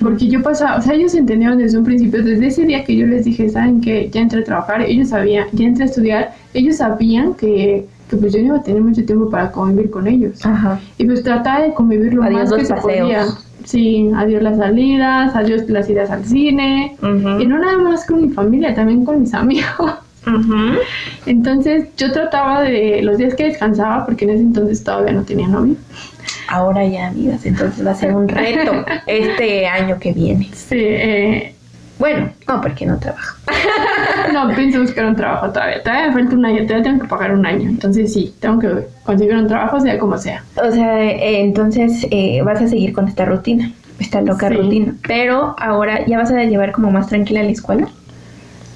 Porque yo pasaba, o sea, ellos entendieron desde un principio, desde ese día que yo les dije, saben que ya entré a trabajar, ellos sabían, ya entré a estudiar, ellos sabían que, que pues yo no iba a tener mucho tiempo para convivir con ellos. Ajá. Y pues trataba de convivir lo Adiós más los que se paseos. podía. Sí, adiós las salidas, adiós las idas al cine. Ujú. Y no nada más con mi familia, también con mis amigos. Ujú. Entonces yo trataba de los días que descansaba, porque en ese entonces todavía no tenía novio. Ahora ya, amigas, entonces va a ser un reto este año que viene. Sí, eh, Bueno, no, porque no trabajo. no pienso buscar un trabajo todavía. Todavía me falta un año, todavía tengo que pagar un año. Entonces sí, tengo que conseguir un trabajo, sea como sea. O sea, eh, entonces eh, vas a seguir con esta rutina, esta loca Sí. rutina. Pero ahora ya vas a llevar como más tranquila la escuela.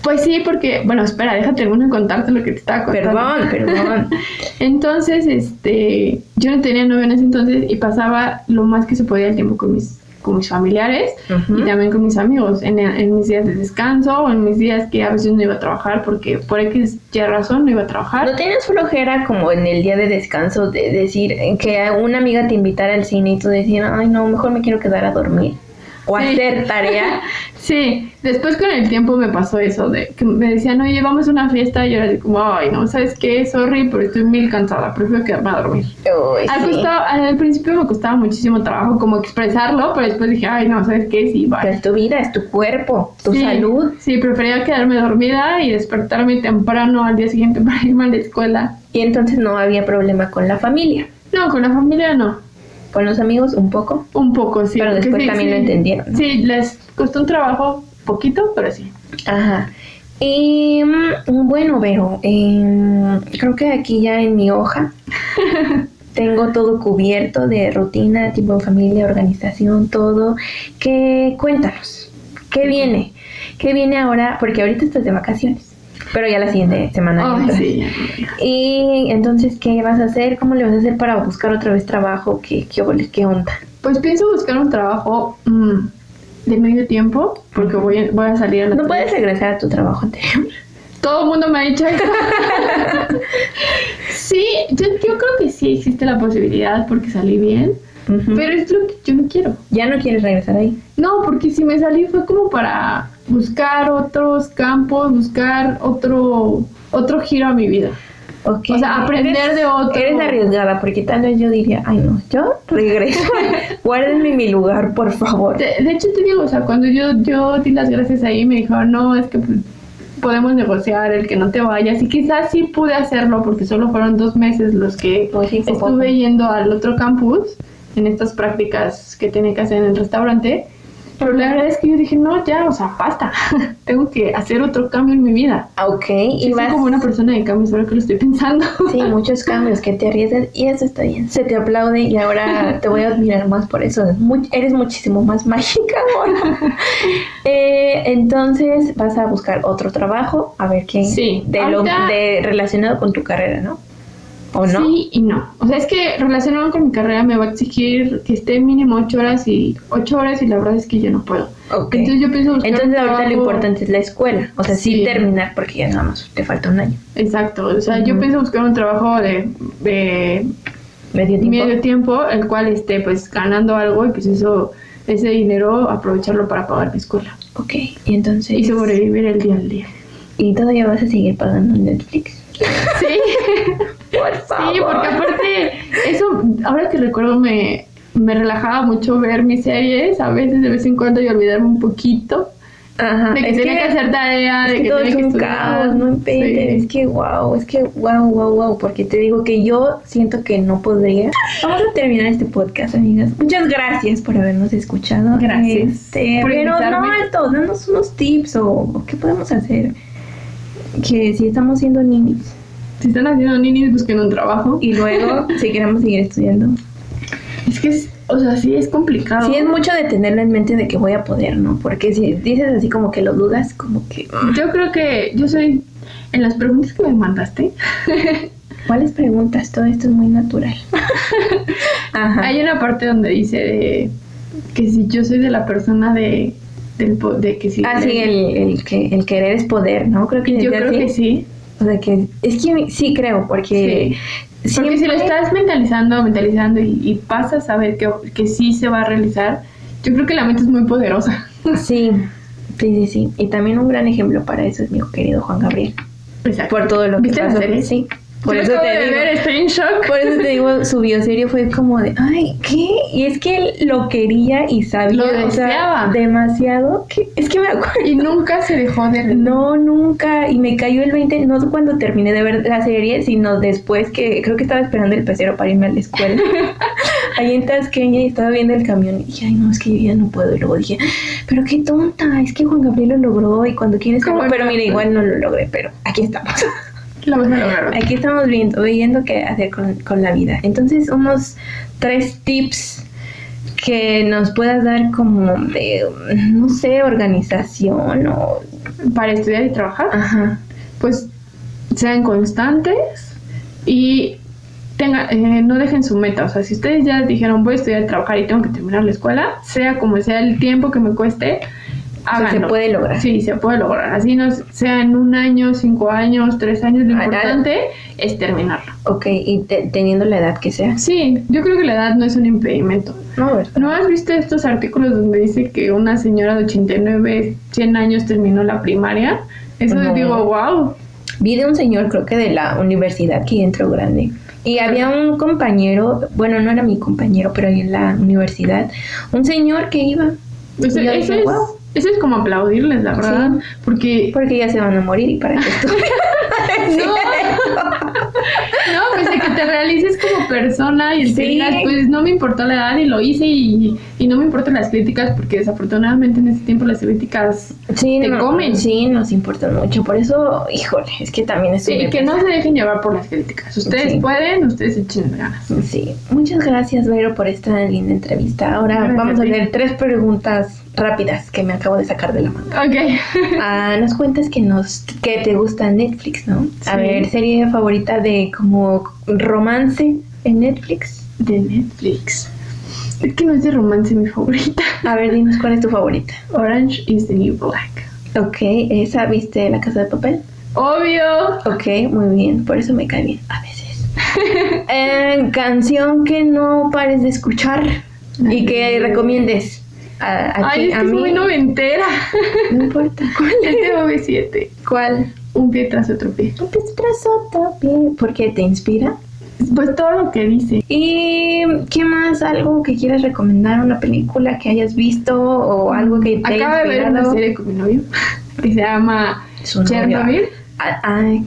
Pues sí, porque, bueno, espera, déjate alguno contarte lo que te estaba contando. Perdón, perdón. Entonces, este, yo no tenía novio en ese entonces y pasaba lo más que se podía el tiempo con mis, con mis familiares Ujú. y también con mis amigos, en, en mis días de descanso o en mis días que a veces no iba a trabajar porque por X ya razón no iba a trabajar. ¿No tienes flojera como en el día de descanso de decir eh, que una amiga te invitara al cine y tú decir, ay no, mejor me quiero quedar a dormir? O Sí. hacer tarea. Sí, después con el tiempo me pasó eso de que me decían, oye, vamos a una fiesta y yo era así como, ay, no, ¿sabes qué? Sorry, pero estoy mil cansada, prefiero quedarme a dormir. Uy, Al, sí. costado- al principio me costaba muchísimo trabajo como expresarlo, pero después dije, ay, no, ¿sabes qué? Sí, Pero vaya. es tu vida, es tu cuerpo, tu Sí, salud. Sí, prefería quedarme dormida y despertarme temprano al día siguiente para irme a la escuela. Y entonces no había problema con la familia. No, con la familia no. Con los amigos un poco. Un poco, sí. Pero porque después sí, también sí. lo entendieron, ¿no? Sí, les costó un trabajo poquito, pero sí. Ajá. Y mm, bueno, Vero, em, creo que aquí ya en mi hoja tengo todo cubierto de rutina, tipo en familia, organización, todo. ¿Qué cuéntanos? ¿Qué viene? ¿Qué viene ahora? Porque ahorita estás de vacaciones, pero ya la siguiente semana. ya Ay, entras. sí. Y entonces, ¿qué vas a hacer? ¿Cómo le vas a hacer para buscar otra vez trabajo? ¿Qué, qué, ole- qué onda? Pues pienso buscar un trabajo mm, de medio tiempo, porque voy a, voy a salir a la No tele. puedes regresar a tu trabajo anterior. Todo el mundo me ha dicho eso. sí, yo, yo creo que sí existe la posibilidad porque salí bien, Ujú. pero es lo que yo no quiero. Ya no quieres regresar ahí. No, porque si me salí fue como para buscar otros campos, buscar otro otro giro a mi vida. Ok. O sea, aprender Eres- de otro. Eres arriesgada, porque tal vez yo diría, ay no, yo regreso. Guárdenme mi lugar, por favor. De, de hecho te digo, o sea, cuando yo yo di las gracias ahí me dijeron, "No, es que pues, podemos negociar el que no te vayas." Y quizás sí pude hacerlo porque solo fueron dos meses los que Pues sí, fue estuve poco. yendo al otro campus en estas prácticas que tenía que hacer en el restaurante. Pero la verdad es que yo dije, "No, ya, o sea, basta. Tengo que hacer otro cambio en mi vida." Ah, Ok, Sí, y soy vas. como una persona de cambios ahora que lo estoy pensando. Sí, muchos cambios que te arriesgas y eso está bien. Se te aplaude y ahora te voy a admirar más por eso. Es mu- eres muchísimo más mágica ahora. Eh, entonces vas a buscar otro trabajo, a ver qué. Sí, De lo, ahorita- de, relacionado con tu carrera, ¿no? ¿O no? Sí y no. O sea, es que relacionado con mi carrera me va a exigir que esté mínimo 8 horas y 8 horas y la verdad es que yo no puedo. Ok. Entonces yo pienso buscar Entonces un ahorita lo trabajo- importante es la escuela, o sea, sí, Sí. terminar porque ya nada más te falta un año. Exacto. O sea, yo Ujú. pienso buscar un trabajo de, de Medio tiempo. medio tiempo, el cual esté pues ganando algo y pues eso, ese dinero aprovecharlo para pagar mi escuela Ok, y entonces... y sobrevivir el día al día. ¿Y todavía vas a seguir pagando Netflix? Sí. Por Sí, porque aparte, eso, ahora que recuerdo, me, me relajaba mucho ver mis series, a veces de vez en cuando y olvidarme un poquito Ajá, de que es tenía que, hacer tarea, es de que que, todo tenía es que un estudiar. caos, no inventes, Sí. es que wow, es que wow, wow, wow, porque te digo que yo siento que no podría. Vamos a terminar este podcast, amigas. Muchas gracias por habernos escuchado. Gracias Este, por pero no, invitarme. esto, danos unos tips o qué podemos hacer. Que si estamos siendo ninis Si están haciendo ninis, busquen un trabajo. y luego si queremos seguir estudiando. Es que, es, o sea, sí es complicado. Sí, es mucho de tenerlo en mente de que voy a poder, ¿no? Porque si dices así como que lo dudas, como que. Yo creo que yo soy, en las preguntas que me mandaste, mm, ¿Cuáles preguntas? Todo esto es muy natural. Ajá. hay una parte donde dice de que si yo soy de la persona de, del, po- de que si... Ah, sí, el, el, que, el querer es poder, ¿no? Creo que Yo decía creo así. que sí. O sea, que es que sí creo, porque. sí. Porque si lo siempre- estás mentalizando, mentalizando y, y pasas a ver que, que sí se va a realizar, yo creo que la mente es muy poderosa. Sí, sí, sí, sí. Y también un gran ejemplo para eso es mi querido Juan Gabriel. Exacto. Por todo lo que ¿Viste la pasó. serie? Sí. Por Yo eso acabo te de digo. ver, estoy en shock. Por eso te digo, su bioserio fue como de, ay, ¿qué? Y es que él lo quería y sabía, Lo o sea, deseaba. demasiado. que- Es que me acuerdo. Y nunca se dejó de reír. No, nunca. Y me cayó el 20, no cuando terminé de ver la serie, sino después que creo que estaba esperando el pecero para irme a la escuela. Ahí en Tasqueña y estaba viendo el camión. Y dije, ay, no, es que yo ya no puedo. Y luego dije, pero qué tonta, es que Juan Gabriel lo logró y cuando quieres. Qué bueno. Pero mira, igual no lo logré, pero aquí estamos. Lo vas a lograr. Aquí estamos viendo, viendo qué hacer con, con la vida. Entonces, unos tres tips que nos puedas dar como de, no sé, organización o... Para estudiar y trabajar, Ajá. pues sean constantes y tenga, eh, no dejen su meta. O sea, si ustedes ya dijeron voy a estudiar y trabajar y tengo que terminar la escuela, sea como sea el tiempo que me cueste, O sea, háganlo. se puede lograr. Ah, Sí, se puede lograr. Así no sean un año, cinco años, tres años, lo Ah, importante es terminarlo. Ok, y te- teniendo la edad que sea. Sí, yo creo que la edad no es un impedimento. No, ¿verdad? ¿No has visto estos artículos donde dice que una señora de 89, 100 años terminó la primaria? Eso No. digo, wow. Vi de un señor, creo que de la universidad, que ya entró grande. Y había un compañero, bueno, no era mi compañero, pero ahí en la universidad, un señor que iba, Eso, Yo eso dije, es, "Guau". eso es como aplaudirles, la verdad. Sí. Porque, porque ya se van a morir y para qué estudiar. no, pues de que te realices como persona y Sí. te digas, pues no me importó la edad y lo hice y, y no me importan las críticas porque desafortunadamente en ese tiempo las críticas... Sí, Te no, comen. Sí, nos importa mucho. Por eso, híjole, es que también es Sí, un y que no se dejen llevar por las críticas. Ustedes Sí. pueden, ustedes echen ganas. Sí, muchas gracias, Vero, por esta linda entrevista. Ahora Gracias vamos a a ti. leer tres preguntas rápidas que me acabo de sacar de la mano. Ok. Ah, nos cuentas que nos que te gusta Netflix, ¿no? A Sí. ver, serie favorita de como romance en Netflix. De Netflix. Es que no es de romance mi favorita. A ver, dinos cuál es tu favorita. Orange is the New Black. Ok, esa viste La Casa de Papel. Obvio. Ok, muy bien, por eso me cae bien a veces. Eh, canción que no pares de escuchar y que recomiendes a, a Ay, ti- es a que es mí. muy noventera. No importa. ¿Cuál? Es de OV7. ¿Cuál? Un pie tras otro pie. Un pie tras otro pie, porque te inspira. Pues todo lo que dice. ¿Y qué más? ¿Algo que quieras recomendar? ¿Una película que hayas visto o algo que te Acabo haya de ver una inspirado? serie con mi novio que se llama Su novio. Chernobyl. Ah, ay,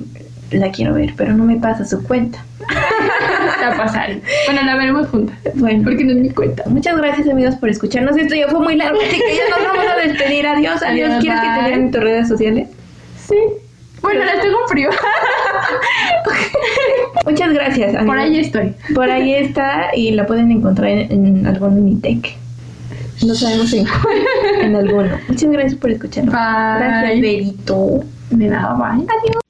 la quiero ver, pero no me pasa su cuenta. La pasaré. Bueno, la veremos juntas. Bueno. Porque no es mi cuenta. Muchas gracias amigos por escucharnos. Esto ya fue muy largo, así que ya nos vamos a despedir. Adiós, adiós. Adiós, ¿Quieres que te bye. digan en tus redes sociales? Sí. Bueno, las tengo privadas. Muchas gracias. amigos. Por ahí estoy. Por ahí está y la pueden encontrar en, en algún Unitec. No sabemos en cuál, en alguno. Muchas gracias por escucharnos. Bye. Gracias, Berito. De nada, bye. Adiós.